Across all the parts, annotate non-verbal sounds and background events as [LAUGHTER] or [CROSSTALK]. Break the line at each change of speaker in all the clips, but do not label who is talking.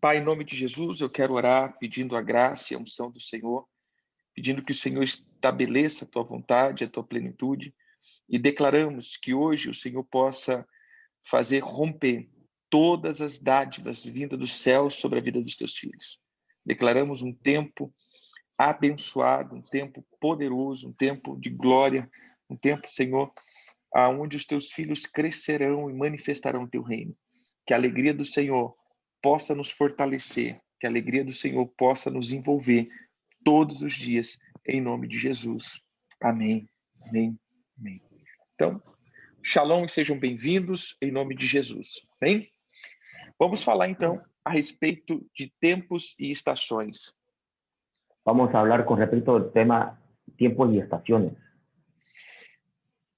Pai, em nome de Jesus, eu quero orar pedindo a graça e a unção do Senhor, pedindo que o Senhor estabeleça a tua vontade, a tua plenitude, e declaramos que hoje o Senhor possa fazer romper todas as dádivas vindas do céu sobre a vida dos teus filhos. Declaramos um tempo abençoado, um tempo poderoso, um tempo de glória, um tempo, Senhor, aonde os teus filhos crescerão e manifestarão o teu reino. Que a alegria do Senhor possa nos fortalecer, que a alegria do Senhor possa nos envolver todos os dias, em nome de Jesus. Amém. Amém. Amém. Então, Shalom e sejam bem-vindos em nome de Jesus. Bem? Vamos falar então a respeito de tempos e estações.
Vamos a hablar con respecto al tema tiempos y estaciones.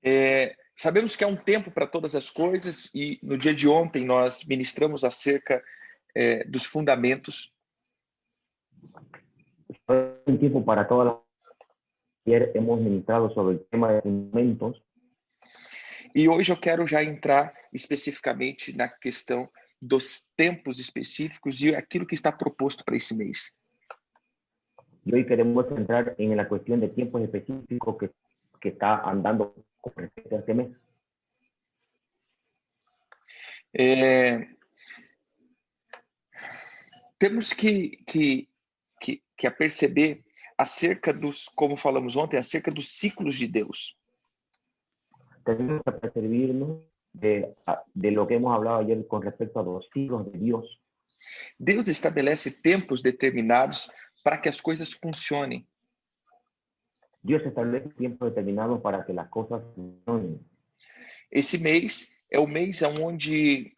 É, sabemos que há um tempo para todas as coisas e no dia de ontem nós ministramos acerca é, dos fundamentos.
Hay un tiempo para todas las... Ayer hemos ministrado sobre el tema de fundamentos
E hoje eu quero já entrar especificamente na questão dos tempos específicos e aquilo que está proposto para esse mês.
y hoy queremos entrar en la cuestión de tiempos específicos que, que está andando con respecto a este mes.
É, Temos que, que, que, que aperceber acerca dos, como falamos ontem, acerca dos ciclos de Deus.
Tenemos que percibirnos de, de lo que hemos hablado ayer con respecto a los siglos de Dios.
Deus estabelece tempos determinados para que as coisas funcionem.
Dios establece tiempos determinados para que las cosas funcionen.
Esse mês é o mês onde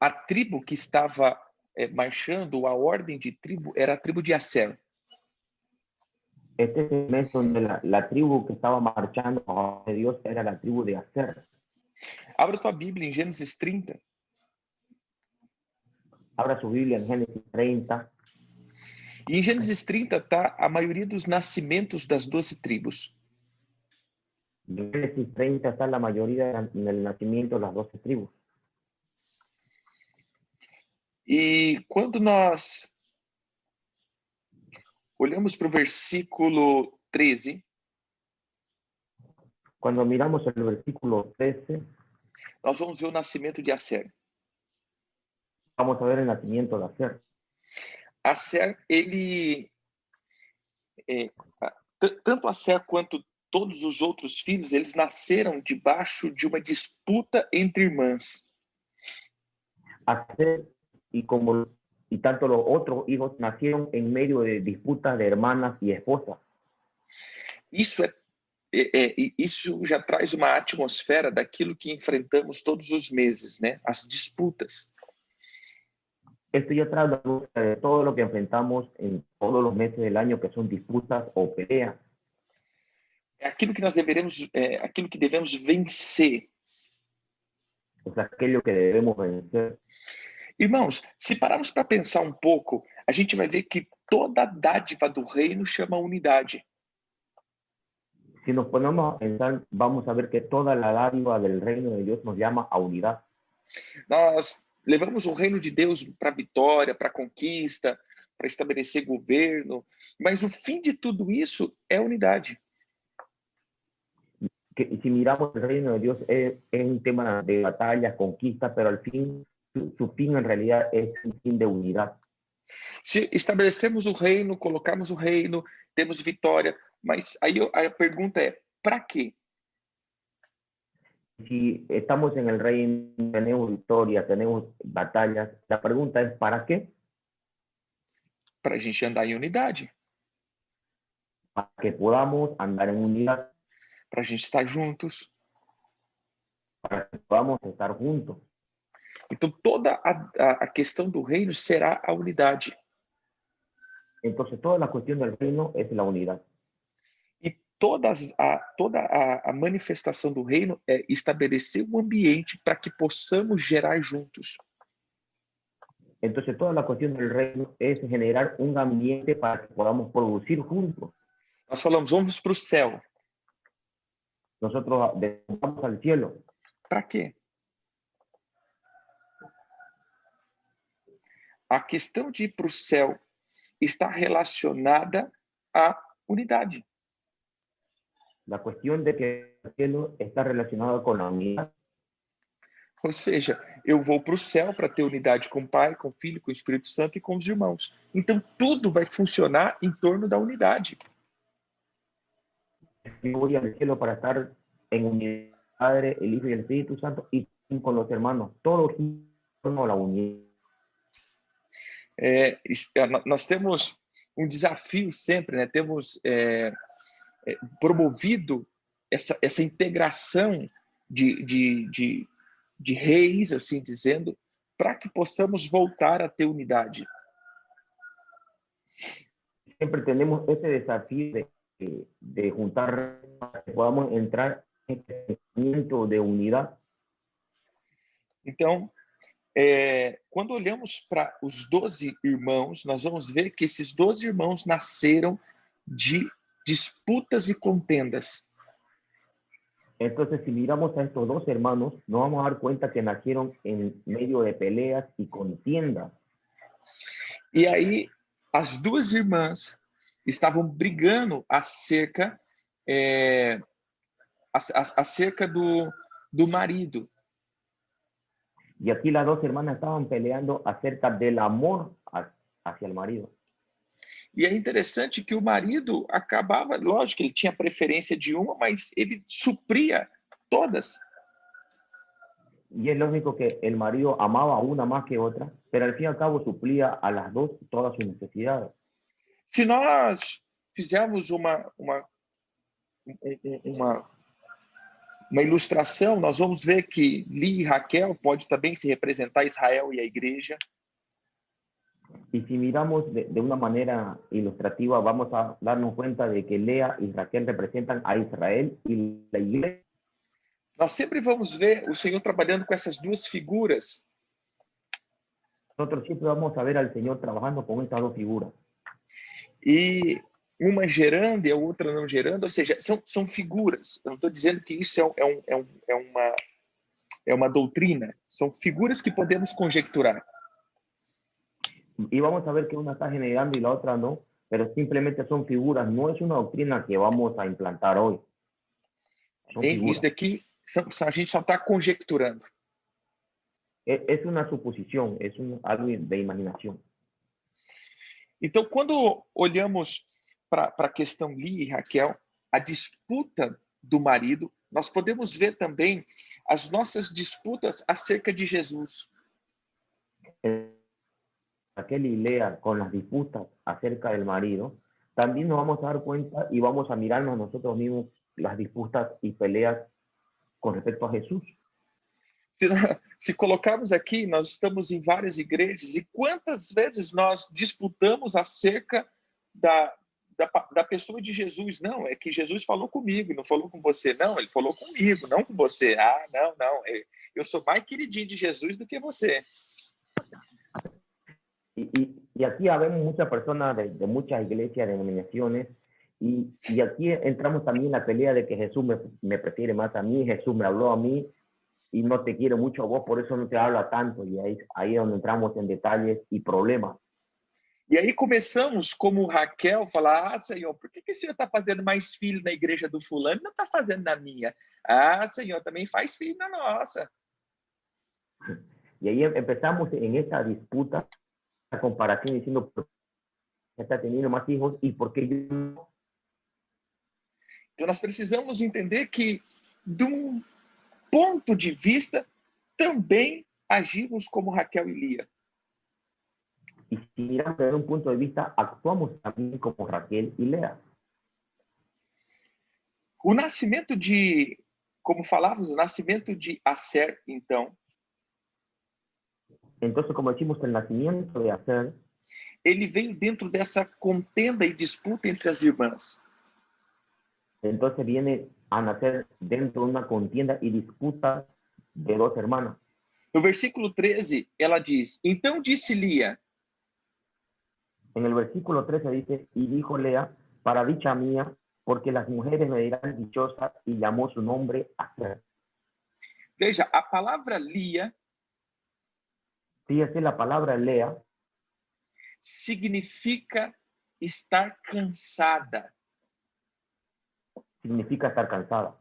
a tribo que estava eh, marchando, a ordem de tribo, era a tribo de Assel.
Este es el mes donde la, la tribu que estaba marchando a favor de Dios era la tribu de Aser.
Abra tua Bíblia em Gênesis 30.
Abra su Biblia en Génesis 30.
E em Gênesis 30 está a maioria dos nascimentos das 12 tribos.
Y En Génesis 30 está la mayoría del nacimiento de las doce tribus.
E quando nós olhamos para o versículo 13,
Cuando miramos el versículo 13,
nós vamos ver o nascimento de Asser.
vamos a ver el nacimiento de Aser.
Asser, ele. é, a- t- tanto Asser quanto todos os outros filhos, eles nasceram debaixo de uma disputa entre irmãs.
Aser y como y tanto los otros hijos nacieron en medio de disputas de hermanas y esposas.
Isso é, é- é- e isso já traz uma atmosfera daquilo que enfrentamos todos os meses, né? As disputas.
Esto ya trae la luz de todo lo que enfrentamos en todos los meses del año, que son disputas o peleas.
É aquilo que nós deveremos, é, aquilo que devemos vencer.
Es aquello que debemos vencer.
Irmãos, se pararmos para pensar um pouco, a gente vai ver que toda dádiva do reino chama unidade.
Si nos ponemos a pensar, vamos a ver que toda la dádiva del reino de Dios nos llama a unidad.
Nós levamos o reino de Deus para vitória, para conquista, para estabelecer governo, mas o fim de tudo isso é unidade.
que y si miramos el reino de Dios es, es un tema de batallas, conquistas, pero al fin su, su fin en realidad es un fin de unidad.
Se estabelecemos o reino, colocamos o reino, temos vitória, mas aí eu- a pergunta é: para quê?
Si estamos en el reino, tenemos victorias, tenemos batallas, la pregunta es ¿para qué?
Para a gente andar em unidade,
Para que podamos andar en unidad,
para a gente estar juntos.
para que podamos estar juntos.
Então, toda a, a, a questão do reino será a unidade.
Entonces toda la cuestión del reino es la unidad.
E todas a, toda a, a manifestação do reino é estabelecer um ambiente para que possamos gerar juntos.
Entonces toda la cuestión del reino es generar un ambiente para que podamos producir juntos.
Nós falamos, vamos para o céu.
Nosotros de- vamos al cielo.
Para quê? a questão de ir para o céu está relacionada à unidade.
La cuestión de que el cielo está relacionado con la unidad.
Ou seja, eu vou para o céu para ter unidade com o Pai, com o Filho, com o Espírito Santo e com os irmãos. Então tudo vai funcionar em torno da unidade.
Yo voy al cielo para estar en unidad, con el Padre, el Hijo y el Espíritu Santo y con los hermanos. Todo gira en torno a la unidad.
É, es- é, nó- nós temos um desafio sempre, né? Temos é, é, promovido essa, essa integração de, de, de, de reis, assim dizendo, para que possamos voltar a ter unidade.
Siempre tenemos ese desafío de, de- de juntar, para que podamos entrar en este sentimiento de unidad.
Então, é, quando olhamos para os 12 irmãos, nós vamos ver que esses 12 irmãos nasceram de disputas e contendas.
Entonces, si miramos a estos dos hermanos, nos vamos a dar cuenta que nacieron en medio de peleas y contiendas.
E aí, as duas irmãs estavam brigando acerca, é, ac- ac- acerca do, do marido.
Y aquí las dos hermanas estaban peleando acerca del amor ha- hacia el marido.
E é interessante que o marido acabava, lógico, ele tinha preferência de uma, mas ele supria todas.
Y es lógico que el marido amaba a una más que otra, pero al fin y al cabo suplía a las dos todas sus necesidades.
se nós fizermos uma uma um- um- uma, uma ilustração, nós vamos ver que Li e Raquel pode também se representar Israel e a igreja.
Y si miramos de, de una manera ilustrativa, vamos a darnos cuenta de que Lea y Raquel representan a Israel y la iglesia.
Nós sempre vamos ver o Senhor trabalhando com essas duas figuras.
Nosotros siempre vamos a ver al Señor trabajando con estas dos figuras.
e uma gerando e a outra não gerando, ou seja, são, são figuras. Eu não estou dizendo que isso é, um- é, um- é, um- é uma, é uma doutrina, são figuras que podemos conjecturar.
Y vamos a ver que una está generando y la otra no, pero simplemente son figuras, no es una doctrina que vamos a implantar hoy. Son
hein?
figuras.
Isso daqui são- são- a gente só está conjecturando.
E- Es una suposición, es un, algo de imaginación.
Então, quando olhamos para a questão Li e Raquel, a disputa do marido, nós podemos ver também as nossas disputas acerca de Jesus.
Raquel y Lea con las disputas acerca del marido, también nos vamos a dar cuenta y vamos a mirarnos nosotros mismos las disputas y peleas con respecto a Jesús.
Se, [LAUGHS] se colocarmos aqui, nós estamos em várias igrejas e quantas vezes nós disputamos acerca da, da, pa- da pessoa de Jesus? Não, é que Jesus falou comigo, não falou com você. Não, ele falou comigo, não com você. Ah, não, não, é- eu sou mais queridinho de Jesus do que você.
Y, y- y aquí habemos muchas personas de, de muchas iglesias, denominaciones, y, y aquí entramos también en la pelea de que Jesús me, me prefiere más a mí, Jesús me habló a mí y no te quiero mucho a vos, por eso no te habla tanto. Y ahí, ahí es donde entramos en detalles y problemas.
E aí começamos, como Raquel, falar: Ah, Senhor, por que, que o Senhor está fazendo mais filho na igreja do fulano e não está fazendo na minha? Ah, Senhor, também faz filho na nossa.
Y ahí em- empezamos en esa disputa, la comparación, diciendo, ¿por qué está teniendo más hijos y por qué yo no?".
Então nós precisamos entender que, de um ponto de vista, também agimos como Raquel e Lia.
Y si miramos desde un punto de vista, actuamos también como Raquel y Lea.
O nascimento de, como falávamos, o nascimento de Acer, então,
Entonces, como decimos, el nacimiento de hacer
ele veio dentro dessa contenda e disputa entre as irmãs.
entonces viene a nacer dentro de una contienda y disputa de dos hermanas.
No versículo 13, ela diz: Então disse Lia,
En el versículo 13 dice, y dijo Lea, para dicha mía, porque las mujeres me dirán dichosa, y llamó su nombre hacer.
veja, a palavra Lia
Fíjese la palabra Lea,
significa estar cansada.
Significa estar cansada.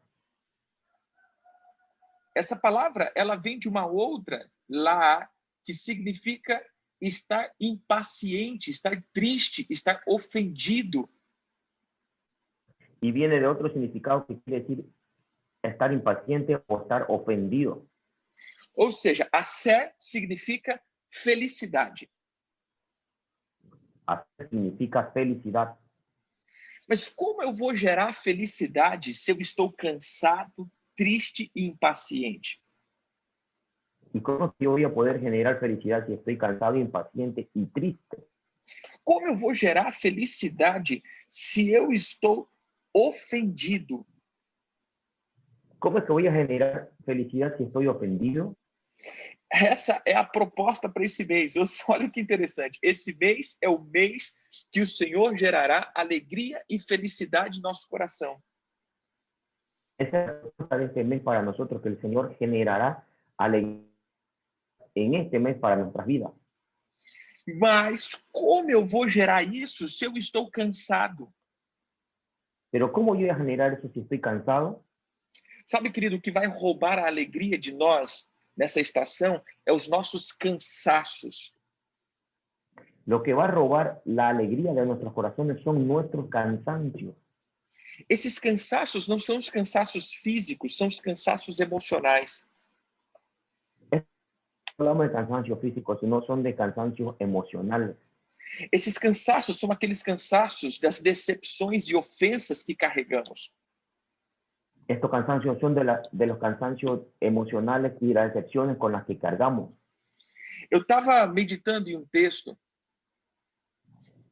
Essa palavra, ela vem de uma outra lá que significa estar impaciente, estar triste, estar ofendido.
Y viene de otro significado que quiere decir estar impaciente o estar ofendido.
Ou seja, a sé significa felicidade.
Hacer significa felicidad.
Mas como eu vou gerar felicidade se eu estou cansado, triste e impaciente?
¿Y cómo yo voy a poder generar felicidad si estoy cansado, impaciente y triste?
Como eu vou gerar felicidade se eu estou ofendido?
¿Cómo es que voy a generar felicidad si estoy ofendido?
Essa é a proposta para esse mês. Eu- Olha que interessante. Esse mês é o mês que o Senhor gerará alegria e felicidade em nosso coração.
Esa es la respuesta de este mes para nosotros, que el Señor generará alegría en este mes para nuestras vidas.
Mas como eu vou gerar isso se eu estou cansado?
Pero ¿cómo yo voy a generar eso si estoy cansado?
Sabe, querido, o que vai roubar a alegria de nós nessa estação é os nossos cansaços.
Lo que va a robar la alegría de nuestros corazones son nuestros cansancios.
Esses cansaços não são os cansaços físicos, são os cansaços emocionais.
No hablamos de cansancio físico, sino son de cansancios emocionales.
Esses cansaços são aqueles cansaços das decepções e ofensas que carregamos.
Estos cansancios son de, la- de los cansancios emocionales y las decepciones con las que cargamos.
Eu estava meditando em um texto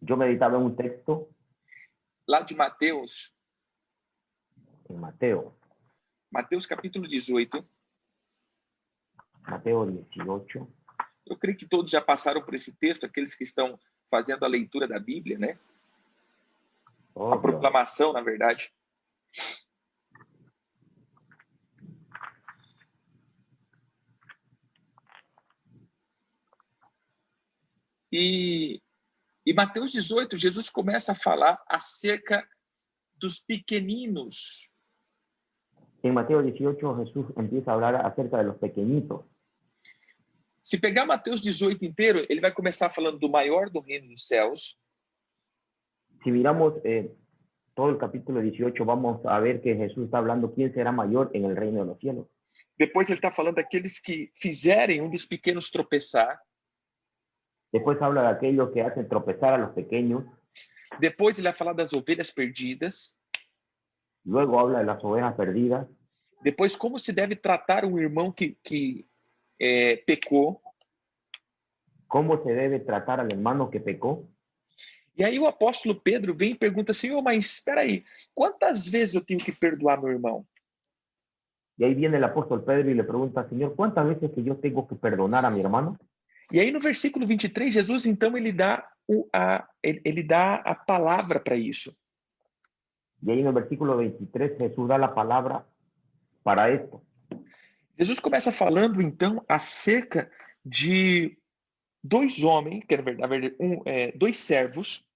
Yo meditaba en un texto
lá de Mateus,
en Mateo,
Mateus capítulo 18.
Mateo 18.
Eu creio que todos já passaram por ese texto, aqueles que estão fazendo a leitura da Bíblia, né? A
Oh, Dios.
proclamação, na verdade. E, e Mateus 18, Jesus começa a falar acerca dos pequeninos.
En Mateo 18 Jesús empieza a hablar acerca de los pequeñitos.
Se pegar Mateus 18 inteiro, ele vai começar falando do maior do reino dos céus,
Si miramos eh, todo el capítulo 18, vamos a ver que Jesús está hablando quién será mayor en el reino de los cielos.
depois ele está falando daqueles que fizerem um dos pequenos tropeçar,
Después habla de aquellos que hacen tropezar a los pequeños,
depois ele vai falar das ovelhas perdidas,
luego habla de las ovejas perdidas,
Depois, como se deve tratar um irmão que, que é, pecou.
cómo se debe tratar al hermano que pecó.
E aí o apóstolo Pedro vem e pergunta, Senhor, mas espera aí, quantas vezes eu tenho que perdoar meu irmão?
Y ahí viene el apóstol Pedro y le pregunta, Señor, ¿cuántas veces que yo tengo que perdonar a mi hermano?
E aí no versículo 23, Jesus, então, ele dá, o, a, ele, ele dá a palavra para isso.
Y ahí en el versículo 23 Jesús da la palabra para esto.
Jesus começa falando, então, acerca de dois homens, que na verdade, um, é, dois servos,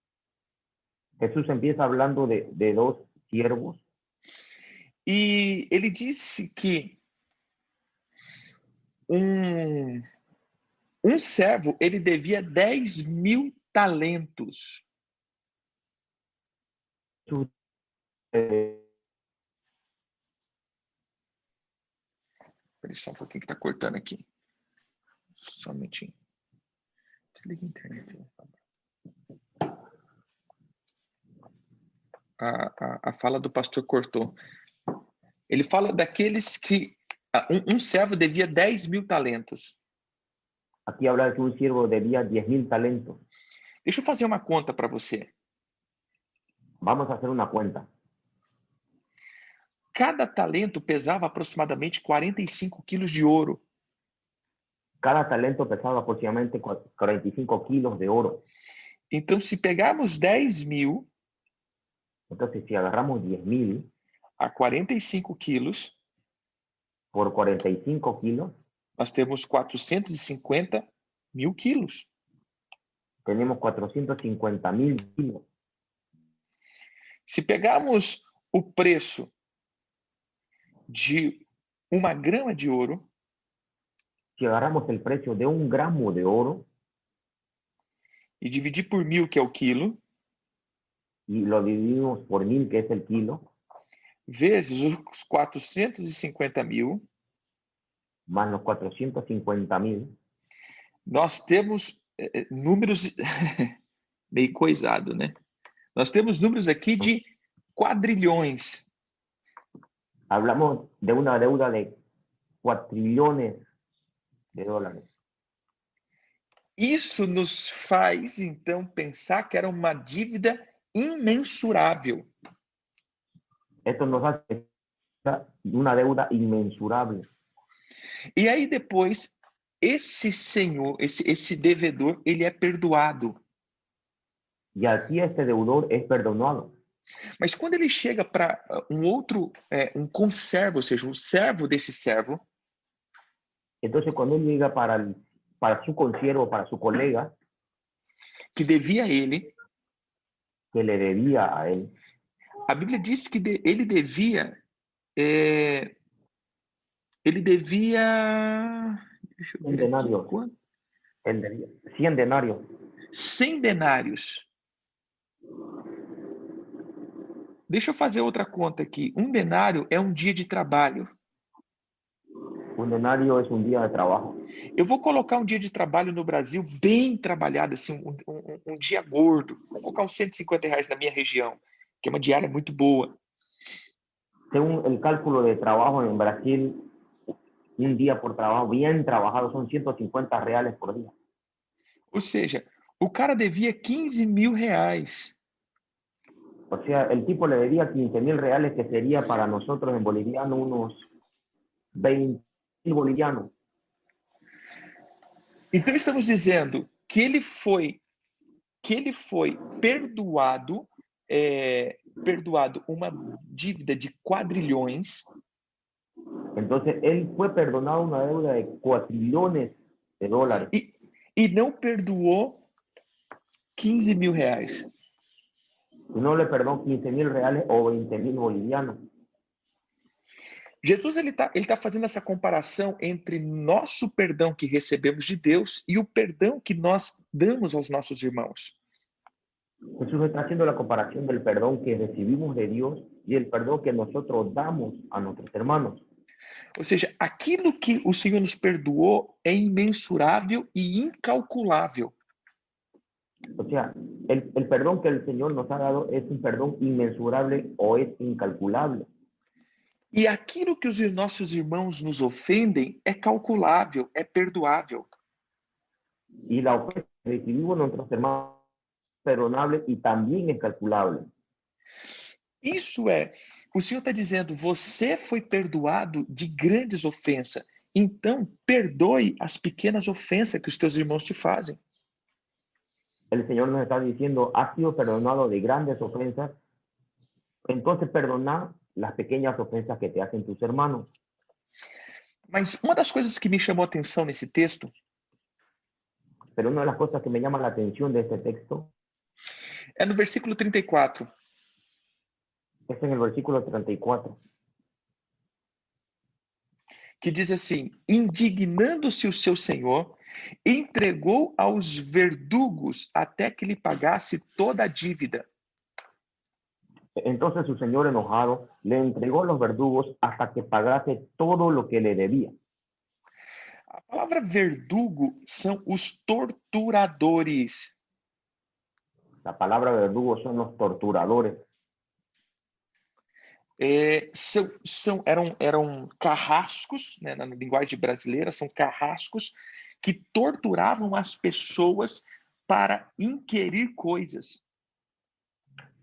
Jesús empieza hablando de, de dos siervos
E ele disse que um, um servo ele devia 10 mil talentos.
eh,
Espera só um pouquinho que tá cortando aqui. Só um minutinho. Desliga a internet. né? A, a, a fala do pastor cortou. Ele fala daqueles que. ah, Um, um servo devia 10 mil talentos.
Aquí habla de que un siervo debía 10 mil talentos.
Deixa eu fazer uma conta para você.
Vamos a hacer una cuenta.
Cada talento pesava aproximadamente 45 quilos de ouro.
Cada talento pesaba aproximadamente cua- 45 kilos de oro.
Então, se pegarmos 10 mil
Entonces, si agarramos 10 mil
a 45 quilos,
por 45 kilos,
nós temos 450 mil quilos.
tenemos 450 mil vinos.
Se pegarmos o preço de uma grama de ouro,
Si agarramos el precio de un gramo de oro
e dividir por mil, que é o quilo,
y lo dividimos por mil, que es el kilo,
vezes os 450 mil,
más los 450 mil,
nós temos eh, eh, números [LAUGHS] meio coisado, né? Nós temos números aqui de quadrilhões.
hablamos de una deuda de cuatrillones de dólares.
Isso nos faz, então, pensar que era uma dívida imensurável.
Esto nos hace una deuda inmensurable.
E aí depois, ese senhor, esse, esse devedor, ele é perdoado.
Y así este deudor es perdonado.
Mas quando ele chega para um outro, eh, um conservo, ou seja, um servo desse servo,
Entonces, cuando él llega para, el- para su consiervo, para su colega,
que devia a ele,
que le debía a él,
a Bíblia diz que de- ele devia. eh, ele devia. Deixa eu
Um
ver aqui,
denário.
quanto?
él debía 100 denarios,
100 denários. Deixa eu fazer outra conta aqui. Um denário é um dia de trabalho.
un denario es un día de trabajo.
Eu vou colocar um dia de trabalho no Brasil bem trabalhado, assim, um, um- um dia gordo. Vou colocar uns 150 reais na minha região, que é uma diária muito boa.
Según el cálculo de trabajo en Brasil, un día por trabajo bien trabajado son 150 reales por día.
Ou seja, o cara devia 15 mil reais.
O sea, el tipo le debía 15 mil reales, que sería para nosotros en boliviano unos 20 mil bolivianos.
Então estamos dizendo que ele foi que ele foi perdoado é, perdoado uma dívida de quadrilhões
Entonces, él fue perdonado una deuda de cuatrillones de dólares
e, e não perdoou 15 mil reais.
y no le perdonó 15 mil reales o 20 mil bolivianos.
Jesus ele está ele tá fazendo essa comparação entre nosso perdão que recebemos de Deus e o perdão que nós damos aos nossos irmãos.
Jesús está haciendo la comparación del perdón que recibimos de Dios y el perdón que nosotros damos a nuestros hermanos.
Ou seja, aquilo que o Senhor nos perdoou é imensurável e incalculável.
O sea, el, el perdón que el Señor nos ha dado es un perdón inmensurable o es incalculable.
E aquilo que os nossos irmãos nos ofendem é calculável, é perdoável.
Y la ofensa que recibimos nuestros hermanos es perdonable y también es calculable.
Isso é, o Senhor está dizendo, você foi perdoado de grandes ofensas, então perdoe as pequenas ofensas que os teus irmãos te fazem.
El Señor nos está diciendo, has sido perdonado de grandes ofensas, entonces perdona las pequeñas ofensas que te hacen tus hermanos.
Mas uma das coisas que me chamou a atenção nesse texto
Pero una de las cosas que me llama la atención de este texto
é no versículo 34.
es en el versículo 34.
que diz assim: indignando-se o seu senhor, entregou aos verdugos até que lhe pagasse toda a dívida.
Entonces su señor enojado le entregó los verdugos hasta que pagase todo lo que le debía.
A palavra verdugo são os torturadores.
La palabra verdugos son los torturadores.
É, são, são- eram, eram carrascos, né, na linguagem brasileira, são carrascos que torturavam as pessoas para inquirir coisas.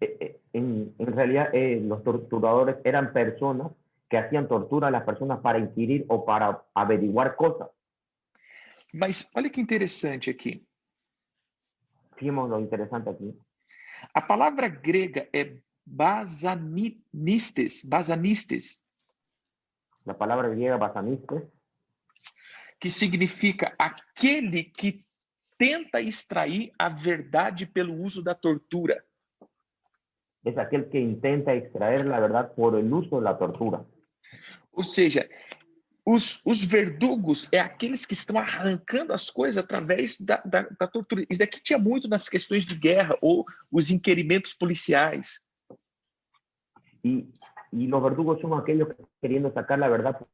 Eh, eh, En, en realidad eh, los torturadores eran personas que hacían tortura a las personas para inquirir o para averiguar cosas.
Mas olha que interessante aqui.
Fijémonos lo interesante aquí.
A palavra grega é basanistes, basanistes,
La palabra griega basaniste
que significa aquele que tenta extrair a verdade pelo uso da tortura.
Es aquel que intenta extraer la verdad por el uso de la tortura.
Ou seja, os, os verdugos é aqueles que estão arrancando as coisas através da, da, da tortura. Isso daqui tinha muito nas questões de guerra ou os inquirimentos policiais.
Y, y los verdugos son aquellos que queriendo sacar la verdad por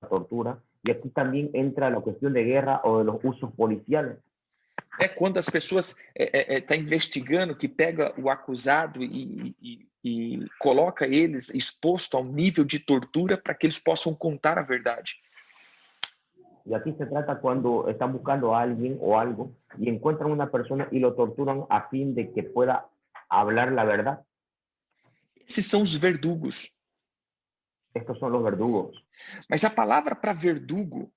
la tortura. Y aquí también entra la cuestión de guerra o de los usos policiales.
É quando as pessoas estão é, é, tá investigando, que pega o acusado e, e, e coloca eles exposto a um nível de tortura para que eles possam contar a verdade.
Y aquí se trata cuando están buscando a alguien o algo y encuentran una persona y lo torturan a fin de que pueda hablar la verdad.
Esses são os verdugos.
Estos son los verdugos.
Mas a palavra para verdugo,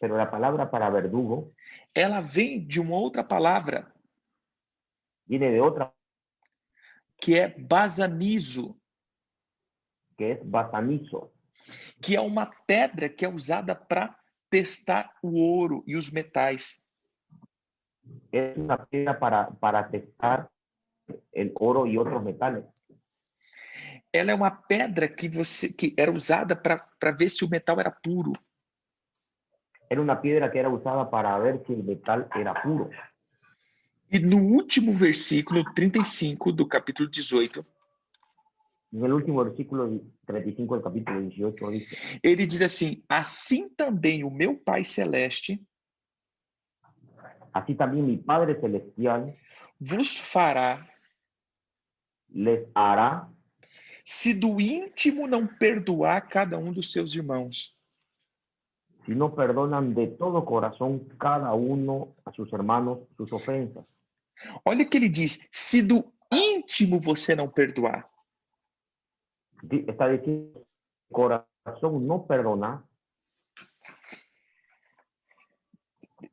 Pero la palabra para verdugo
ela vem de uma outra palavra
viene de otra
que é basanizo,
que es basanizo,
que é uma pedra que é usada para testar o ouro e os metais.
es una piedra para, para testar el oro y otros metales.
Ela é uma pedra que você que era usada para ver se o metal era puro.
Era una piedra que era usada para ver si el metal era puro.
E no último versículo 35 do capítulo 18,
En el último versículo 35 del capítulo 18 dice,
ele diz assim: Assim também o meu Pai Celeste
así también mi Padre Celestial
vos fará,
les hará,
se do íntimo não perdoar cada um dos seus irmãos.
si no perdonan de todo corazón cada uno a sus hermanos sus ofensas.
Olha que ele diz: se do íntimo você não perdoar.
Di- Está diciendo, corazón no perdona.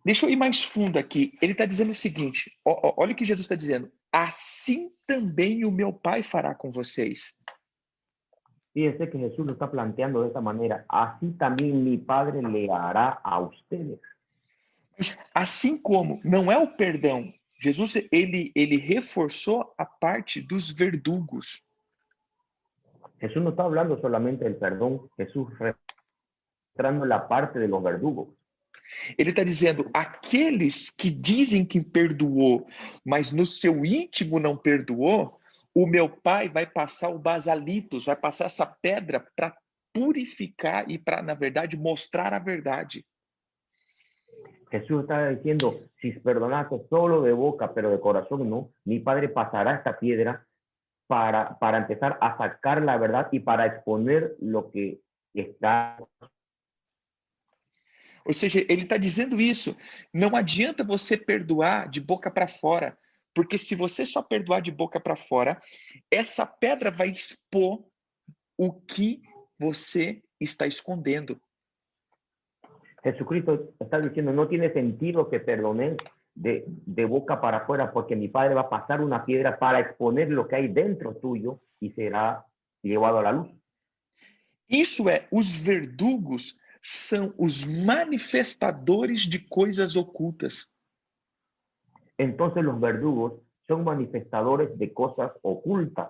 Deixa eu ir mais fundo aqui. Ele está dizendo o seguinte: ó- ó- olha o que Jesus está dizendo. Assim também o meu Pai fará com vocês.
Fíjense que Jesús lo está planteando de esta manera. Así también mi Padre le hará a ustedes.
Mas assim como não é o perdão, Jesus ele, ele reforçou a parte dos verdugos.
Jesús no está hablando solamente del perdón, Jesús re- entrando en la parte de los verdugos.
Ele está dizendo: aqueles que dizem que perdoou, mas no seu íntimo não perdoou, o meu pai vai passar o basalitos, vai passar essa pedra para purificar e para, na verdade, mostrar a verdade.
Jesús está diciendo, si perdonaste solo de boca, pero de corazón no, mi Padre pasará esta piedra para, para empezar a sacar la verdad y para exponer lo que está.
Ou seja, ele está dizendo isso. Não adianta você perdoar de boca para fora, porque se você só perdoar de boca para fora, essa pedra vai expor o que você está escondendo.
Jesucristo está diciendo, no tiene sentido que perdones de, de boca para afuera, porque mi Padre va a pasar una piedra para exponer lo que hay dentro tuyo y será llevado a la luz.
Isso é, os verdugos são os manifestadores de coisas ocultas.
Entonces los verdugos son manifestadores de cosas ocultas.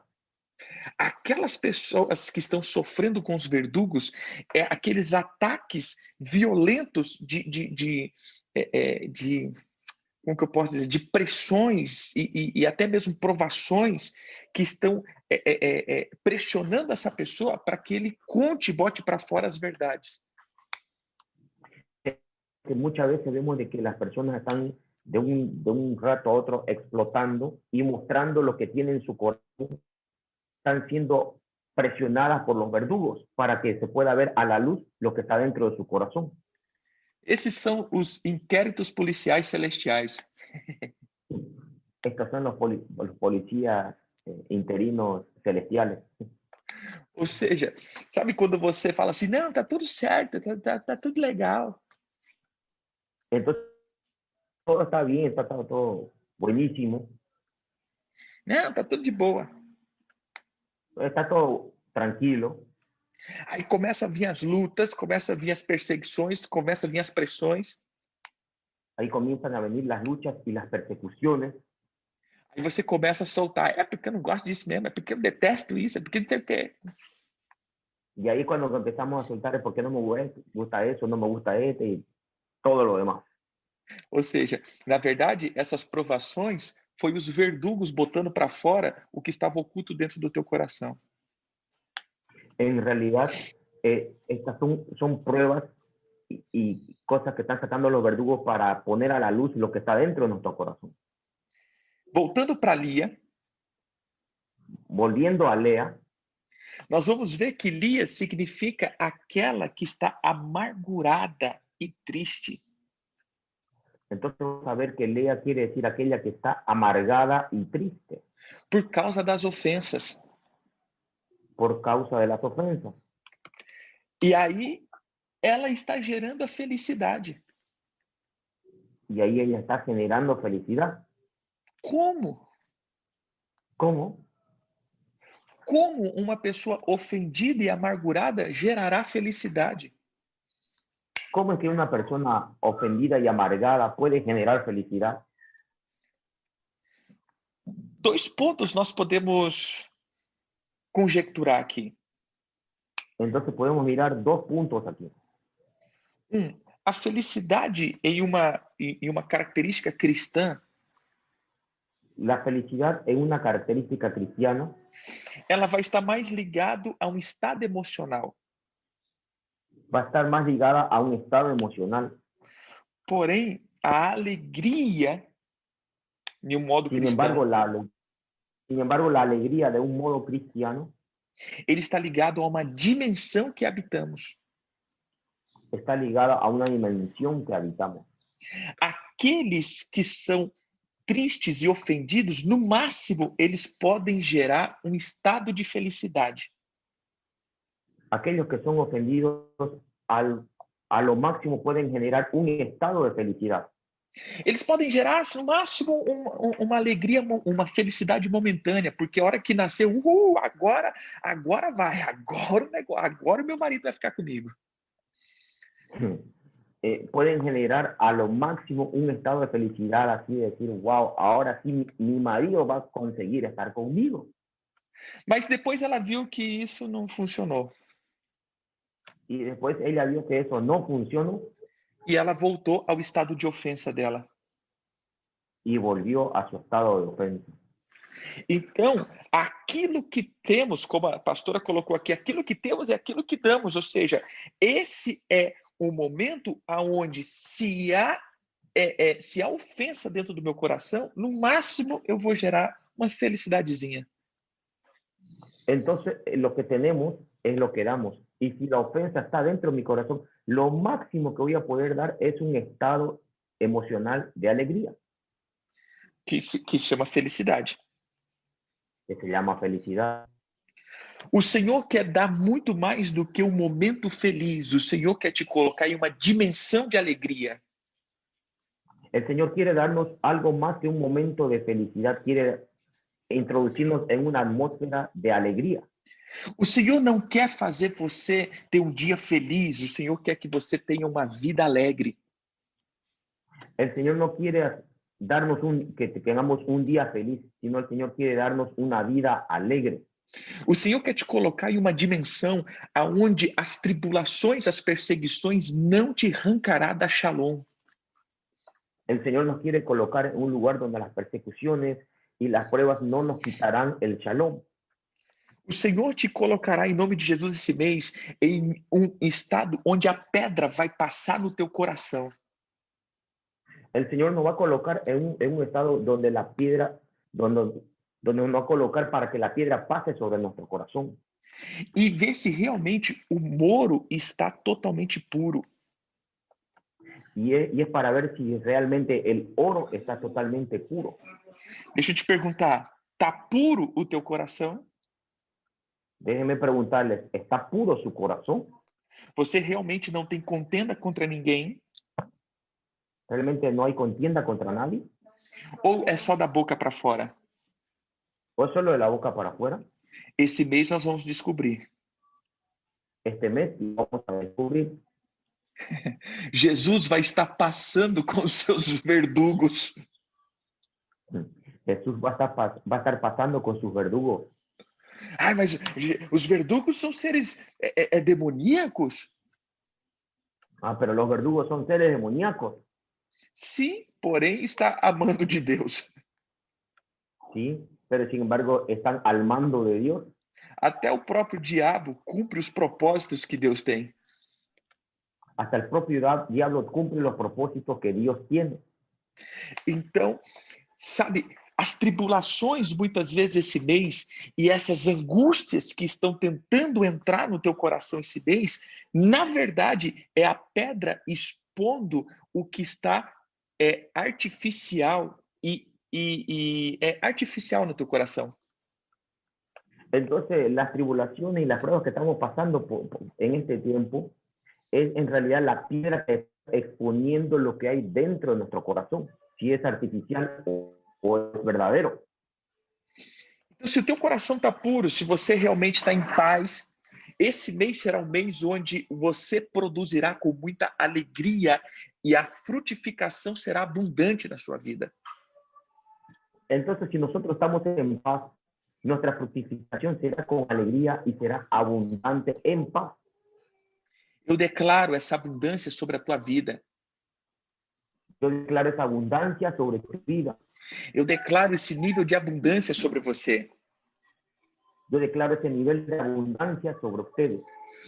Aquelas pessoas que estão sofrendo com os verdugos, é aqueles ataques violentos de, de, de, é, é, de- como que eu posso dizer, de pressões e, e- e até mesmo provações que estão é, é, é, é, pressionando essa pessoa para que ele conte e bote para fora as verdades.
que muchas veces vemos de que las personas están de un, de un rato a otro explotando y mostrando lo que tienen en su corazón, están siendo presionadas por los verdugos para que se pueda ver a la luz lo que está dentro de su corazón.
Esses são os inquéritos policiais celestiais.
Estos son los, poli- los policías eh, interinos celestiales.
Ou seja, sabe quando você fala assim, não, tá tudo certo, tá, tá- tá tudo legal.
Entonces, todo está bien, está todo, todo buenísimo,
Não, tá tudo de boa.
está todo tranquilo,
Aí começa a vir as lutas, começa a vir as perseguições, começa a vir as pressões.
Ahí comienzan a venir las luchas y las persecuciones.
Aí você começa a soltar, é porque eu não gosto disso mesmo, é porque eu detesto isso, é porque não sei o quê.
Y ahí cuando empezamos a soltar es porque no me gu- gusta eso, no me gusta este y todo lo demás.
Ou seja, na verdade, essas provações foi os verdugos botando para fora o que estava oculto dentro do teu coração.
En realidad, eh, estas son, son pruebas y, y cosas que están sacando los verdugos para poner a la luz lo que está dentro de nuestro corazón.
Voltando para Lia,
Volviendo a Lea,
nós vamos ver que Lia significa aquela que está amargurada e triste.
entonces vamos a ver que Lea quiere decir aquella que está amargada y triste
por causa das ofensas.
por causa de las ofensas.
E aí ela está gerando a felicidade.
Y ahí ella está generando felicidad.
Como?
¿Cómo?
Como uma pessoa ofendida e amargurada gerará felicidade?
¿Cómo es que una persona ofendida y amargada puede generar felicidad?
Dois pontos nós podemos conjecturar aqui.
Entonces podemos mirar dos puntos aquí.
Um, a felicidade em uma, em em uma característica cristã,
La felicidad es una característica cristiana,
ela vai estar mais ligado a um estado emocional.
va a estar más ligada a un estado emocional.
Porém, a alegria, de um modo
Sin
cristão,
embargo, la, ale- sin embargo, la alegría de un modo cristiano
ele está ligado a uma dimensão que habitamos.
está ligada a una dimensión que habitamos.
aqueles que são tristes e ofendidos, no máximo eles podem gerar um estado de felicidade.
Aquellos que son ofendidos al- a lo máximo pueden generar un estado de felicidad. [CLEARS THROAT]
Eles podem gerar, assim, no máximo, um- um- uma alegria, mo- uma felicidade momentânea, porque a hora que nasceu, uhul, agora, agora vai, agora o negócio, agora o meu marido vai ficar comigo.
eh, pueden generar a lo máximo un estado de felicidad, así de decir, wow, ahora sí mi, mi marido va a conseguir estar conmigo.
Mas depois ela viu que isso não funcionou
Y después ella vio que eso no funcionó
e ela voltou ao estado de ofensa dela.
y volvió a su estado de ofensa.
Então, aquilo que temos, como a pastora colocou aqui, aquilo que temos é aquilo que damos, ou seja, esse é o momento aonde se há é, é, se há ofensa dentro do meu coração, no máximo eu vou gerar uma felicidadezinha.
Entonces, eh, lo que tenemos es lo que damos. Y si la ofensa está dentro de mi corazón, lo máximo que voy a poder dar es un estado emocional de alegría,
Que se, que se chama felicidade.
que se llama felicidad.
O Senhor quer dar muito mais do que um momento feliz. O Senhor quer te colocar em uma dimensão de alegria.
El Señor quiere darnos algo más que un momento de felicidad, quiere introducirnos en una atmósfera de alegría.
O Senhor não quer fazer você ter um dia feliz. O Senhor quer que você tenha uma vida alegre.
El Señor no quiere darnos un, que tengamos un día feliz, sino el Señor quiere darnos una vida alegre.
O Senhor quer te colocar em uma dimensão aonde as tribulações, as perseguições não te arrancará da Shalom.
El Señor nos quiere colocar en un lugar donde las persecuciones y las pruebas no nos quitarán el shalom.
O Senhor te colocará em nome de Jesus esse mês em um estado onde a pedra vai passar no teu coração.
El Señor nos va a colocar en un, en un estado donde la piedra, donde, donde nos va a colocar para que la piedra pase sobre nuestro corazón
E ver se realmente o moro está totalmente puro.
y es, y es para ver si realmente el oro está totalmente puro.
Deixa eu te perguntar, tá puro o teu coração?
Déjenme preguntarles, ¿está puro su corazón?
Você realmente não tem contenda contra ninguém?
¿Realmente no hay contienda contra nadie?
Ou é só da boca para fora?
¿O es solo de la boca para afuera?
Esse mês nós vamos descobrir.
este mes y vamos a descubrir
Jesus vai estar passando com os seus verdugos.
Jesús va a estar, pas- va a estar pasando con sus verdugos.
Ai, mas Je- os verdugos são seres é, é- é demoníacos?
Ah, pero los verdugos son seres demoníacos.
Sim, porém está amando de Deus.
Sí, pero sin embargo están al mando de Dios.
Até o próprio diabo cumpre os propósitos que Deus tem.
Hasta el propio da- diablo cumple los propósitos que Dios tiene.
Então, sabe, as tribulações muitas vezes esse mês e essas angústias que estão tentando entrar no teu coração esse mês, na verdade é a pedra expondo o que está é artificial e, e- e é artificial no teu coração.
Entonces, las tribulaciones y las pruebas que estamos pasando por- por- en este tiempo es en realidad la piedra que está exponiendo lo que hay dentro de nuestro corazón, si es artificial o, o es verdadero.
Então, se o teu coração está puro, se você realmente está em paz, esse mês será um mês onde você produzirá com muita alegria e a frutificação será abundante na sua vida.
Entonces, si nosotros estamos en paz, nuestra fructificación será con alegría y será abundante en paz.
Eu declaro essa abundância sobre a tua vida.
Yo declaro esa abundancia sobre tu vida.
Eu declaro esse nível de abundância sobre você.
Yo declaro ese nivel de abundancia sobre ustedes.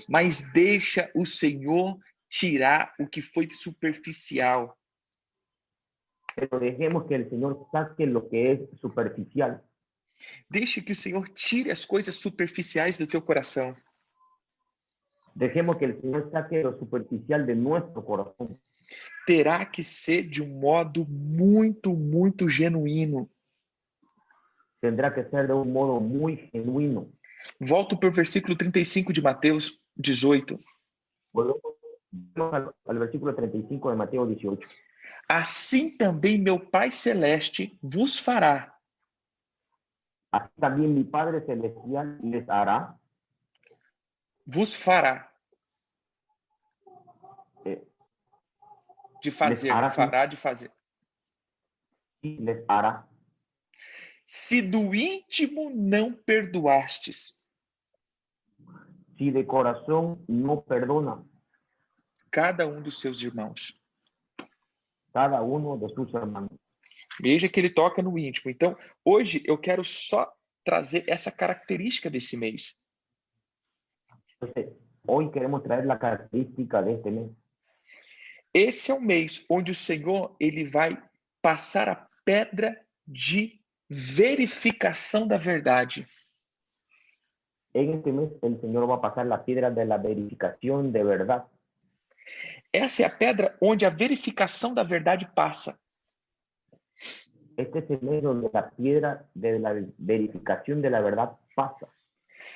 Mas deixa o Senhor tirar o que foi superficial.
Pero dejemos que el Señor saque lo que es superficial.
Deixa que o Senhor tire as coisas superficiais do teu coração.
Dejemos que el Señor saque lo superficial de nuestro corazón.
Terá que ser de um modo muito, muito genuíno.
Tendrá que ser de un modo muy genuino.
Volto para o versículo 35 de Mateus 18.
Volvemos al, al versículo 35 de Mateo 18.
Assim também meu Pai Celeste vos fará,
Así también mi Padre Celestial les hará,
vos fará,
eh,
de fazer,
fará com-
fará de fazer.
y les hará.
se do íntimo não perdoastes,
Si de corazón no perdona
cada um dos seus irmãos.
cada uno de sus hermanos.
Veja que ele toca no íntimo. Então, hoje eu quero só trazer essa característica desse mês.
Entonces, hoy queremos traer la característica de este mes.
Esse é o mês onde o Senhor ele vai passar a pedra de verificação da verdade.
En este mes el Señor va a pasar la piedra de la verificación de verdad.
Essa é a pedra onde a verificação da verdade passa.
Este es el mes donde la piedra de la verificación de la verdad pasa.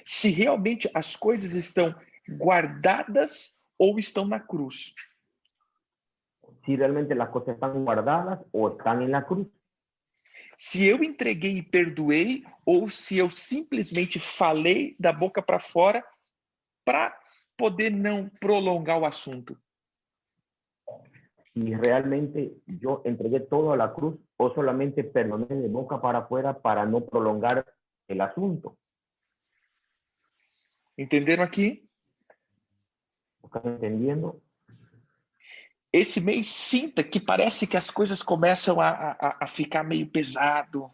Se realmente as coisas estão guardadas ou estão na cruz.
Si realmente las cosas están guardadas o están en la cruz.
se eu entreguei e perdoei ou se eu simplesmente falei da boca para fora para poder não prolongar o assunto.
Si realmente yo entregué todo a la cruz o solamente perdoné de boca para afuera para no prolongar el asunto.
Entenderam aqui?
¿Están entendiendo?
Esse mês sinta que parece que as coisas começam a, a, a- a ficar meio pesado.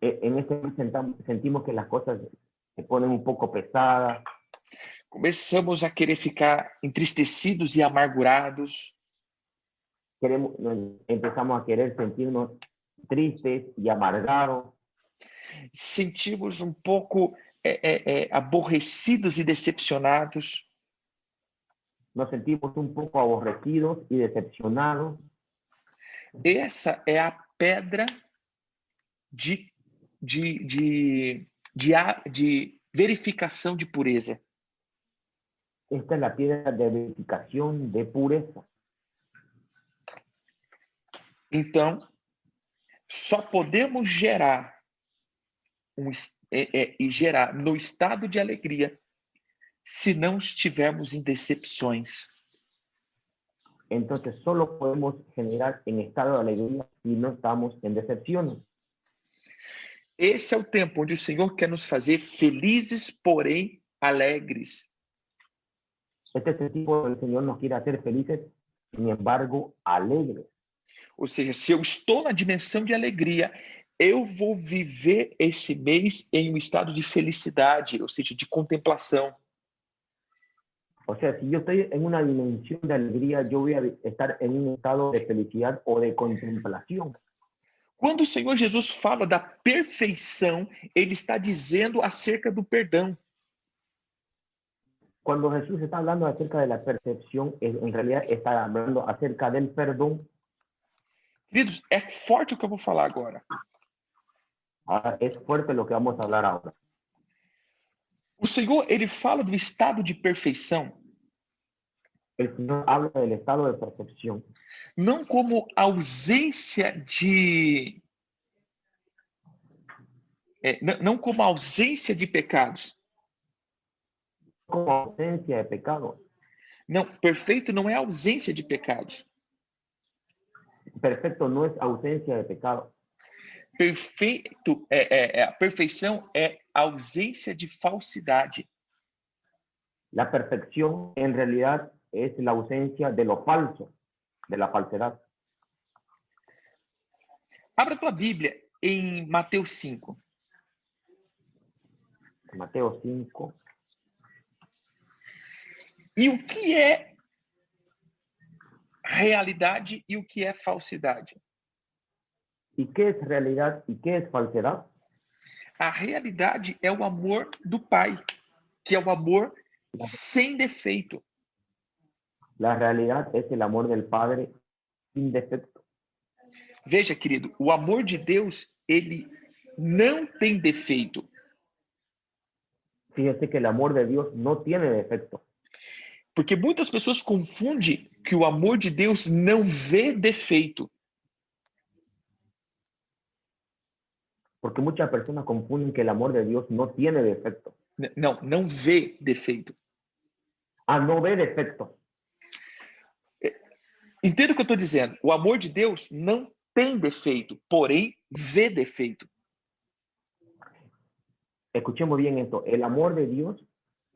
E- En este mes sentam- sentimos que las cosas se ponen un poco pesadas,
Começamos a querer ficar entristecidos e amargurados.
queremos, empezamos a querer sentirnos tristes y amargados.
Sentimos um pouco é, é, é, aborrecidos e decepcionados.
nos sentimos un poco aborrecidos y decepcionados.
Essa é a pedra de, de, de, de, a- de verificação de pureza.
Esta es la piedra de verificación de pureza.
Então, só podemos gerar um es- é- é, e gerar no estado de alegria se não estivermos em decepções.
Entonces solo podemos generar en estado de alegría si no estamos en decepciones.
Esse é o tempo onde o Senhor quer nos fazer felizes, porém alegres.
Este es el tipo el Señor nos quiere hacer felices, sin embargo, alegres.
Ou seja, se eu estou na dimensão de alegria, eu vou viver esse mês em um estado de felicidade, ou seja, de contemplação.
O sea, si yo estoy en una dimensión de alegría, yo voy a estar en un estado de felicidad o de contemplación.
Quando o Senhor Jesus fala da perfeição, ele está dizendo acerca do perdão.
Cuando Jesús está hablando acerca de la percepción, en realidad está hablando acerca del perdón.
Queridos, é forte o que eu vou falar agora.
Ah, es fuerte lo que vamos a hablar ahora.
O Senhor, ele fala do estado de perfeição
El Señor habla del estado de percepción,
não como ausência de. é, n- não como ausência de pecados.
como ausencia de pecado.
Não, perfeito não é ausência de pecados.
Perfecto no es ausencia de pecado.
Perfeito é, é- é- a perfeição é ausência de falsidade.
La perfección en realidad es la ausencia de lo falso, de la falsedad.
Abra tua Bíblia em Mateus 5.
Mateo 5.
E o que é realidade e o que é falsidade?
¿Y qué es realidad y qué es falsedad?
A realidade é o amor do Pai, que é o amor sem defeito.
La realidad es el amor del Padre sin defecto.
Veja, querido, o amor de Deus, ele não tem defeito.
Fíjese que el amor de Dios no tiene defecto.
Porque muitas pessoas confundem que o amor de Deus não vê defeito.
Porque muchas personas confunden que el amor de Dios no tiene defecto.
N- Não, não vê defeito.
Ah, no ve defecto.
Entenda o que eu estou dizendo. O amor de Deus não tem defeito, porém vê defeito.
Escuchemos bien esto. El amor de Dios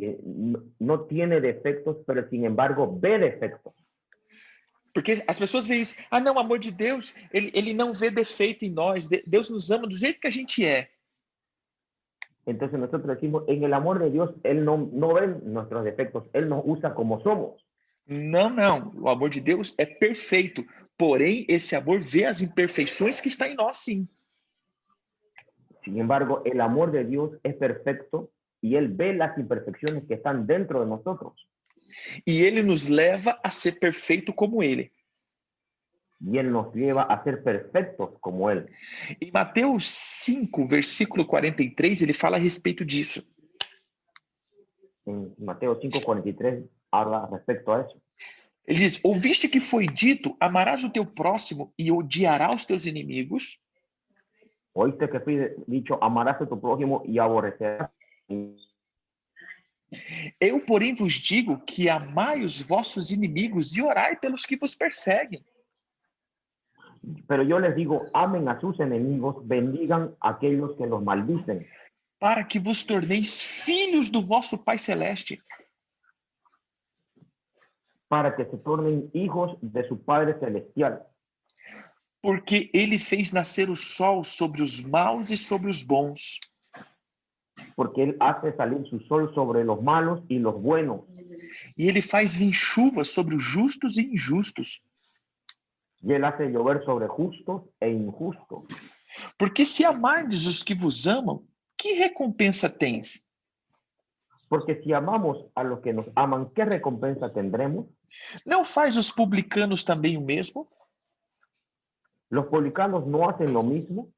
eh, no, no tiene defectos, pero sin embargo ve defectos.
Porque as pessoas veem isso. Ah, não, o amor de Deus, ele, ele não vê defeito em nós. De- Deus nos ama do jeito que a gente é.
Entonces nosotros decimos, en el amor de Dios, Él no, no ve nuestros defectos, Él nos usa como somos.
Não, não. O amor de Deus é perfeito. Porém, esse amor vê as imperfeições que está em nós, sim.
Sin embargo, el amor de Dios es perfecto y Él ve las imperfecciones que están dentro de nosotros.
E ele nos leva a ser perfeito como ele.
y Él nos lleva a ser perfectos como Él.
Em Mateus 5, versículo 43, ele fala a respeito disso.
En Mateo 5:43 habla respecto a eso.
Ele diz: Ouviste que foi dito: amarás o teu próximo e odiarás os teus inimigos.
Oíste que fui dicho, amarás a tu prójimo y aborrecerás.
Eu, porém, vos digo que amai os vossos inimigos e orai pelos que vos perseguem.
Pero yo les digo, amen a sus enemigos, bendigan a aquellos que los maldicen,
Para que vos torneis filhos do vosso Pai Celeste.
para que se tornen hijos de su Padre Celestial,
porque ele fez nascer o sol sobre os maus e sobre os bons,
porque Él hace salir su sol sobre los malos y los buenos,
e ele faz vir chuva sobre os justos e injustos.
y Él hace llover sobre justos e injustos.
Porque se amardes os que vos amam, que recompensa tens?
Porque si amamos a los que nos aman, ¿qué recompensa tendremos?
Não faz os publicanos também o mesmo?
¿Los publicanos no hacen lo mismo?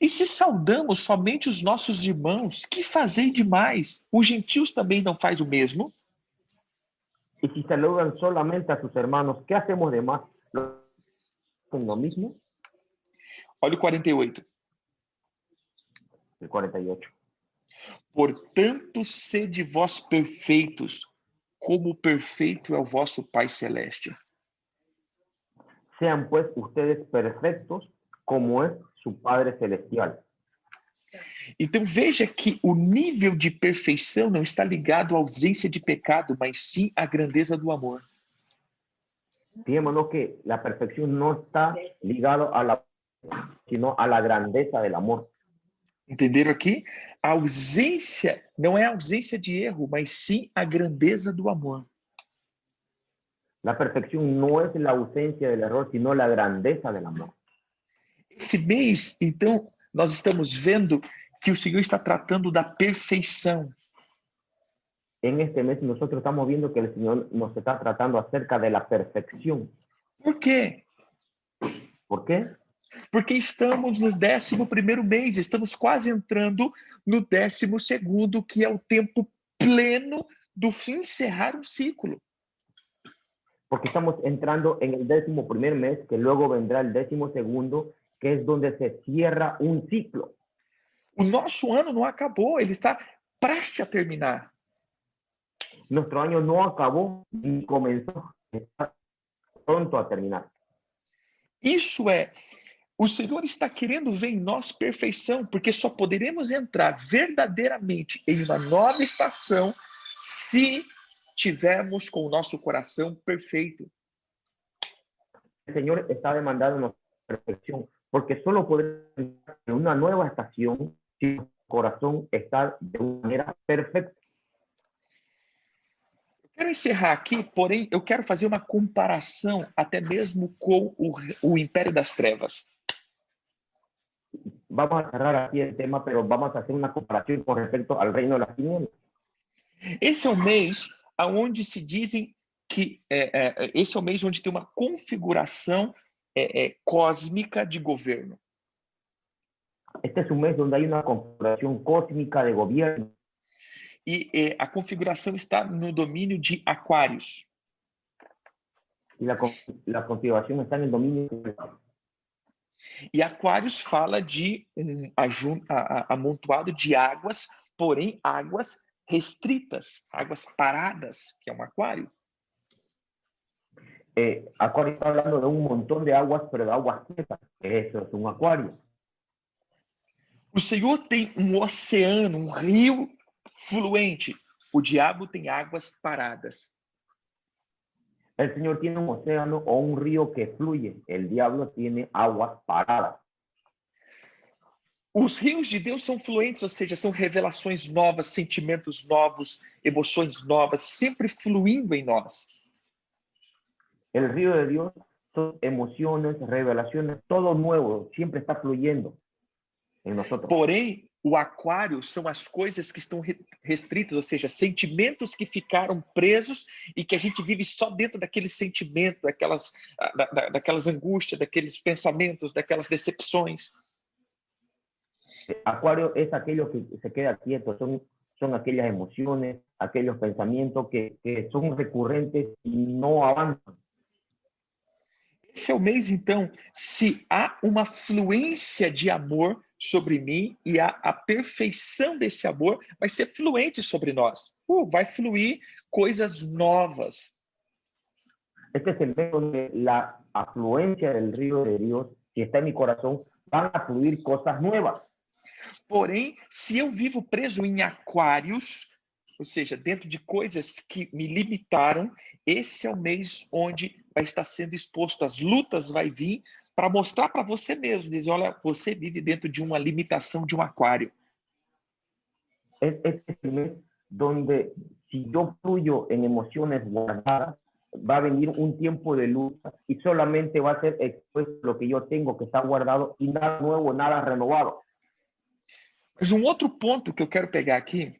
E se saudamos somente os nossos irmãos, que fazei demais? Os gentios também não faz o mesmo?
Y si saludan solamente a sus hermanos, ¿qué hacemos de más? ¿Lo hacen lo mismo?
Olha o 48.
El 48.
Portanto, sede vós perfeitos, como perfeito é o vosso Pai Celeste.
Sean pues ustedes perfectos como es su Padre Celestial.
Então veja que o nível de perfeição não está ligado à ausência de pecado, mas sim à grandeza do amor.
Fijémonos que la perfección no está ligado a la, sino a la grandeza del amor.
Entenderam aqui? A ausência não é a ausência de erro, mas sim a grandeza do amor.
La perfección no es la ausencia del error, sino la grandeza del amor.
Esse mês, então, nós estamos vendo que o Senhor está tratando da perfeição.
En este mes nosotros estamos viendo que el Señor nos está tratando acerca de la perfección.
Por quê?
¿Por qué?
Porque estamos no 11 primeiro mês, estamos quase entrando no 12 segundo, que é o tempo pleno do fim encerrar um ciclo.
Porque estamos entrando en el décimo primer mes, que luego vendrá el décimo segundo, que es donde se cierra un ciclo.
O nosso ano não acabou, ele está prestes a terminar.
Nuestro año no acabó ni comenzó, está pronto a terminar.
Isso é, o Senhor está querendo ver em nós perfeição, porque só poderemos entrar verdadeiramente em uma nova estação se tivermos com o nosso coração perfeito.
El Señor está demandando nuestra perfección, porque solo podremos entrar en una nueva estación si nuestro corazón está de una manera perfecta.
Quero encerrar aqui, porém, eu quero fazer uma comparação até mesmo com o, o Império das Trevas.
Vamos a cerrar aquí el tema, pero vamos a hacer una comparación con respecto al reino de las tinieblas.
Esse é o mês aonde se dizem que é, é, esse é o mês onde tem uma configuração é, é, cósmica de governo.
Este es un mes donde hay una configuración cósmica de gobierno
E é, a configuração está no domínio de Aquários.
y la, con- la configuración está en el dominio. de Dios.
E Aquários fala de um aju- a- a- amontoado de águas, porém águas restritas, águas paradas, que é um aquário.
Eh, acuario está hablando de un montón de aguas, pero de aguas quietas. Eso es un acuario.
O Senhor tem um oceano, um rio fluente. O diabo tem águas paradas.
El Señor tiene un océano o un río que fluye. El diablo tiene aguas paradas.
Os rios de Deus são fluentes, ou seja, são revelações novas, sentimentos novos, emoções novas, sempre fluindo em nós.
El río de Dios son emociones, revelaciones, todo nuevo, siempre está fluyendo en nosotros.
Porém, o aquário são as coisas que estão re- restritas, ou seja, sentimentos que ficaram presos e que a gente vive só dentro daquele sentimento, daquelas, ah, da- da- daquelas angústias, daqueles pensamentos, daquelas decepções.
Acuario es aquello que se queda quieto, son, son aquellas emociones, aquellos pensamientos que, que son recurrentes y no avanzan.
Esse é o mês, então, se há uma fluência de amor sobre mim e a, a perfeição desse amor vai ser fluente sobre nós. Uh, vai fluir coisas novas.
Este es el medio de la afluencia del río de Dios, que está en mi corazón, van a fluir cosas nuevas.
Porém, se eu vivo preso em aquários, ou seja, dentro de coisas que me limitaram, esse é o mês onde vai estar sendo exposto às lutas, vai vir para mostrar para você mesmo, dizer, olha, você vive dentro de uma limitação de um aquário.
Es, es el mes donde si yo fluyo en emociones guardadas, va a venir un tiempo de lucha y solamente va a ser expuesto lo que yo tengo que está guardado y nada nuevo, nada renovado.
Mas um outro ponto que eu quero pegar aqui,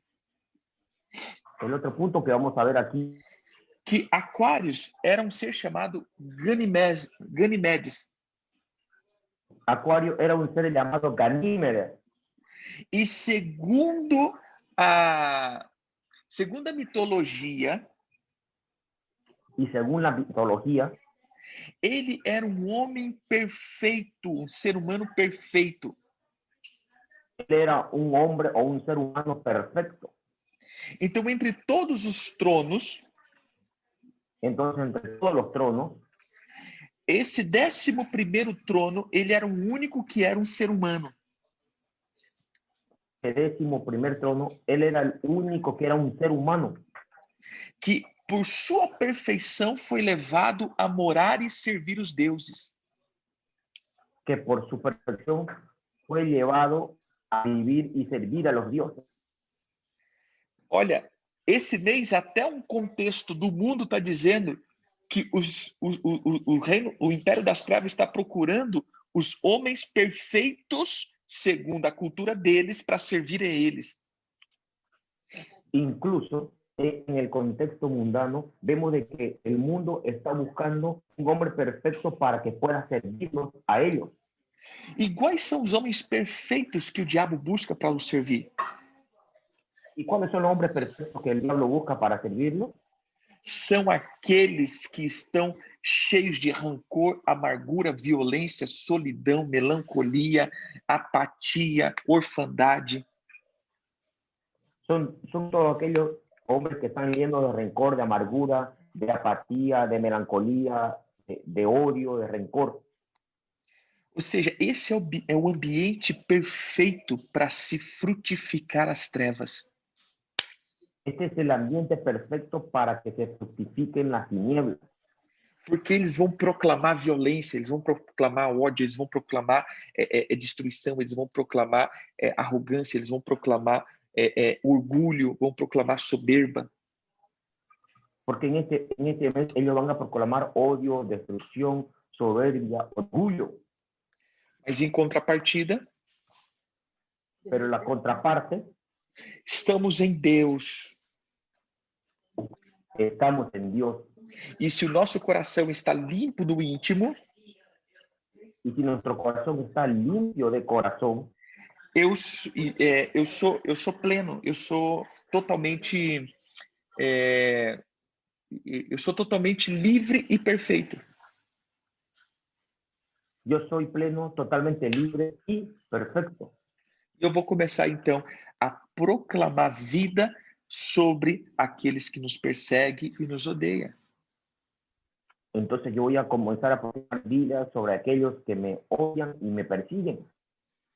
El otro punto que vamos a ver aquí
que Aquários era um ser chamado Ganimedes. Ganimedes.
Acuario era un ser llamado Ganímedes.
E segundo a, segundo a mitologia,
Y según la mitología,
ele era um homem perfeito, um ser humano perfeito.
Él era un hombre o un ser humano perfecto.
Então, entre todos os tronos,
Entonces, entre todos los tronos,
esse 11 primeiro trono, ele era o único que era um ser humano.
el décimo primer trono, él era el único que era un ser humano,
que, por sua perfeição, foi levado a morar e servir os deuses.
que por su perfección fue llevado a vivir y servir a los dioses.
Olha, esse mês, até um contexto do mundo está dizendo que os- o, o- o- o reino, o Império das Trevas está procurando os homens perfeitos, segundo a cultura deles, para servir a eles.
Incluso eh, en el contexto mundano, vemos de que el mundo está buscando un hombre perfecto para que pueda servirlos a ellos.
E quais são os homens perfeitos que o diabo busca para os servir?
¿Y cuáles son los hombres perfectos que el diablo busca para servirlo?
São aqueles que estão cheios de rancor, amargura, violência, solidão, melancolia, apatia, orfandade.
Son, son todos aquellos hombres que están llenos de rencor, de amargura, de apatía, de melancolía, de, de odio, de rencor.
Ou seja, esse é o, bi- é o ambiente perfeito para se frutificar as trevas.
Este es el ambiente perfecto para que se justifiquen las tinieblas,
Porque eles vão proclamar violência, eles vão proclamar ódio, eles vão proclamar é, é, é, destruição, eles vão proclamar é, arrogância, eles vão proclamar é, é, orgulho, vão proclamar soberba.
porque en este, en este mes ellos van a proclamar odio, destrucción, soberbia, orgullo.
Mas em contrapartida,
Pero la contraparte,
estamos em Deus.
estamos en Dios.
E se o nosso coração está limpo no íntimo,
Y si nuestro corazón está limpio de corazón,
eu, s- e, é, eu sou eu sou pleno, eu sou totalmente é, e- eu sou totalmente livre e perfeito.
yo soy pleno, totalmente libre y perfecto.
Eu vou começar então a proclamar vida sobre aqueles que nos perseguem e nos odeiam.
Entonces yo voy a comenzar a proclamar vida sobre aquellos que me odian y me persiguen.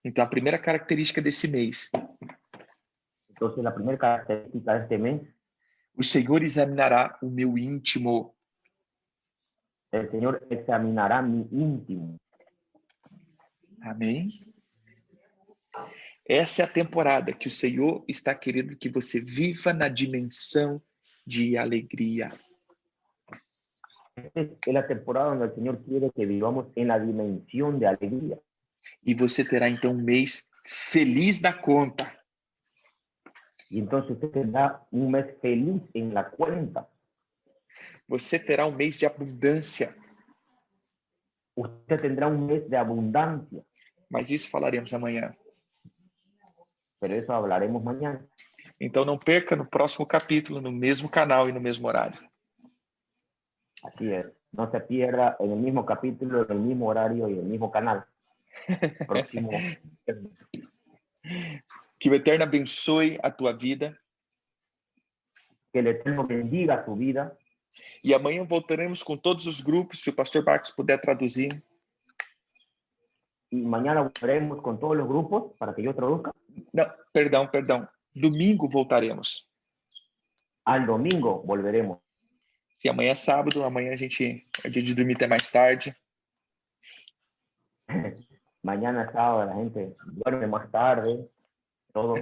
Então a primeira característica desse mês,
Entonces la primera característica de este mes,
o Senhor examinará o meu íntimo.
el Señor examinará mi íntimo.
Amém? Essa é a temporada que o Senhor está querendo que você viva na dimensão de alegria.
Esta es la temporada donde el Señor quiere que vivamos en la dimensión de alegría.
E você terá então um mês feliz da conta.
Y entonces usted tendrá un mes feliz en la cuenta.
Você terá um mês de abundância.
Usted tendrá un mes de abundancia.
Mas isso falaremos amanhã.
Pero eso hablaremos mañana.
Então não perca no próximo capítulo, no mesmo canal e no mesmo horário.
Así es. No se pierda en el mismo capítulo, en el mismo horario y en el mismo canal. Próximo.
Que o Eterno abençoe a tua vida.
Que el Eterno bendiga tu vida.
E amanhã voltaremos com todos os grupos, se o pastor Marcos puder traduzir.
y mañana volveremos con todos los grupos para que yo traduzca.
Não, perdão, perdão. Domingo voltaremos.
Al domingo volveremos.
Se amanhã é sábado, amanhã a gente é dia de dormir até mais tarde.
Mañana es sábado la gente duerme más tarde. Todo.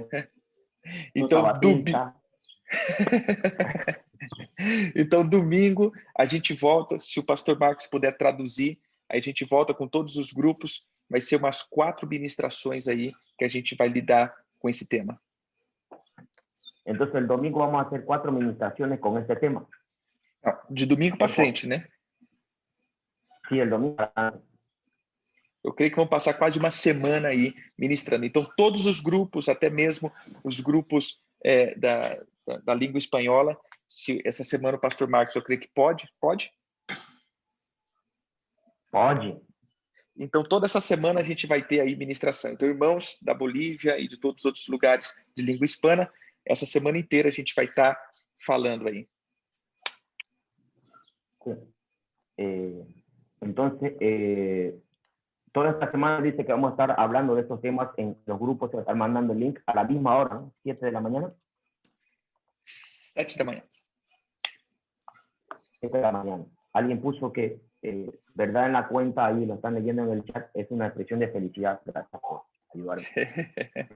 Então,
toda
domi-
batista.
então domingo a gente volta, se o pastor Marcos puder traduzir, aí a gente volta com todos os grupos. Vai ser umas quatro ministrações aí que a gente vai lidar com esse tema.
Entonces el domingo vamos a hacer cuatro ministraciones con este tema.
Não, de domingo para frente, né?
Sí, el domingo.
Eu creio que vão passar quase uma semana aí ministrando. Então, todos os grupos, até mesmo os grupos é, da, da, da língua espanhola, se essa semana o pastor Marcos, eu creio que pode, pode?
Oye,
Então, toda essa semana a gente vai ter aí ministração. Então, irmãos da Bolívia e de todos os outros lugares de língua hispana, essa semana inteira a gente vai estar tá falando aí.
Eh, entonces, eh, toda esta semana dice que vamos a estar hablando de estos temas en los grupos, se va a estar mandando el link a la misma hora, ¿no? 7 de la mañana.
7 da manhã.
7 de la mañana. Alguien puso que eh, verdad en la cuenta, ahí lo están leyendo en el chat, es una expresión de felicidad. Gracias por ayudarme.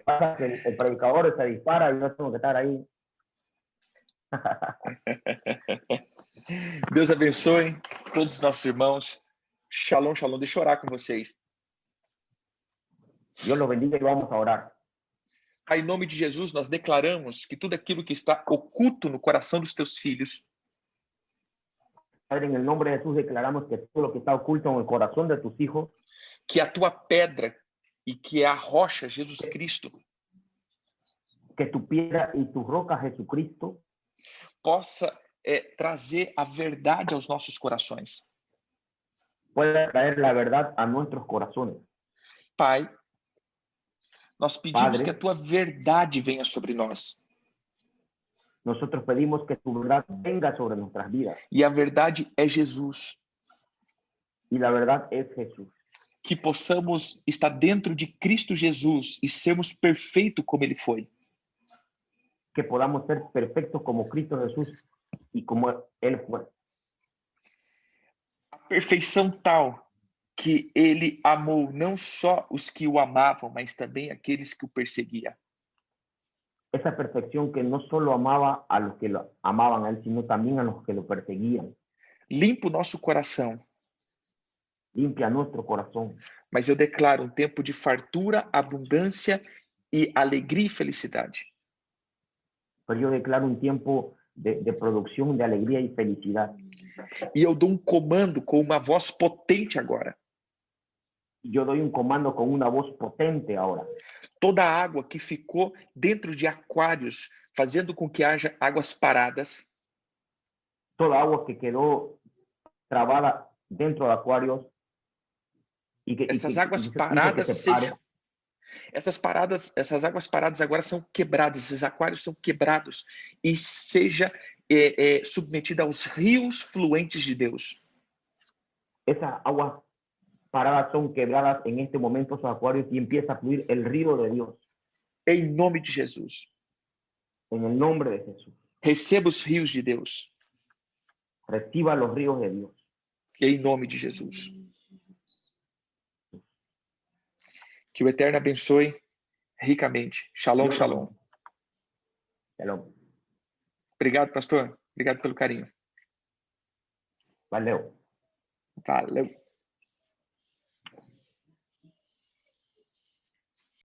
Pasa que el, el predicador se dispara y yo tengo que estar ahí.
Deus abençoe todos os nossos irmãos. Shalom, shalom. Deixa eu orar com vocês.
Dios los bendiga y vamos a orar.
Pai, em nome de Jesus, nós declaramos que tudo aquilo que está oculto no coração dos teus filhos
Padre, en el nombre de Jesús declaramos que todo lo que está oculto en el corazón de tus hijos,
que a tua pedra e que é a rocha Jesus Cristo
que tu piedra y tu roca Jesucristo
possa é, trazer a verdade aos nossos corações.
pueda traer la verdad a nuestros corazones.
Pai, nós pedimos
Padre.
que a tua verdade venha sobre nós
Nosotros pedimos que tu verdad venga sobre nuestras vidas
e a verdade é Jesus,
y la verdad es Jesús.
que possamos estar dentro de Cristo Jesus e sermos perfeito como ele foi.
Que podamos ser perfectos como Cristo Jesús y como Él fue.
A perfeição tal que ele amou não só os que o amavam, mas também aqueles que o perseguiam.
Esa perfección que no solo amaba a los que lo amaban a Él, sino también a los que lo perseguían.
Limpa o nosso coração,
Limpia nuestro corazón.
mas eu declaro um tempo de fartura, abundância e alegria e felicidade.
Pero yo declaro un tiempo de, de producción, de alegría y felicidad.
E eu dou um comando com uma voz potente agora.
Y Yo doy un comando con una voz potente ahora.
Toda a água que ficou dentro de aquários, fazendo com que haja águas paradas,
toda agua que quedó trabada dentro de acuarios y que y
essas
que-
águas
hizo- hizo que
paradas
se pare.
sejam essas paradas, essas águas paradas agora são quebradas, esses aquários são quebrados e seja é, é, submetida aos rios fluentes de Deus.
esas aguas paradas son quebradas en este momento esos acuarios y empieza a fluir el río de Dios
Em nome de Jesus,
en el nombre de Jesús
receba os rios de Deus.
reciba los ríos de Dios
Em nome de Jesus. Que o Eterno abençoe ricamente. Shalom, shalom.
Shalom.
Obrigado, pastor. Obrigado pelo carinho.
valeu
Valeu.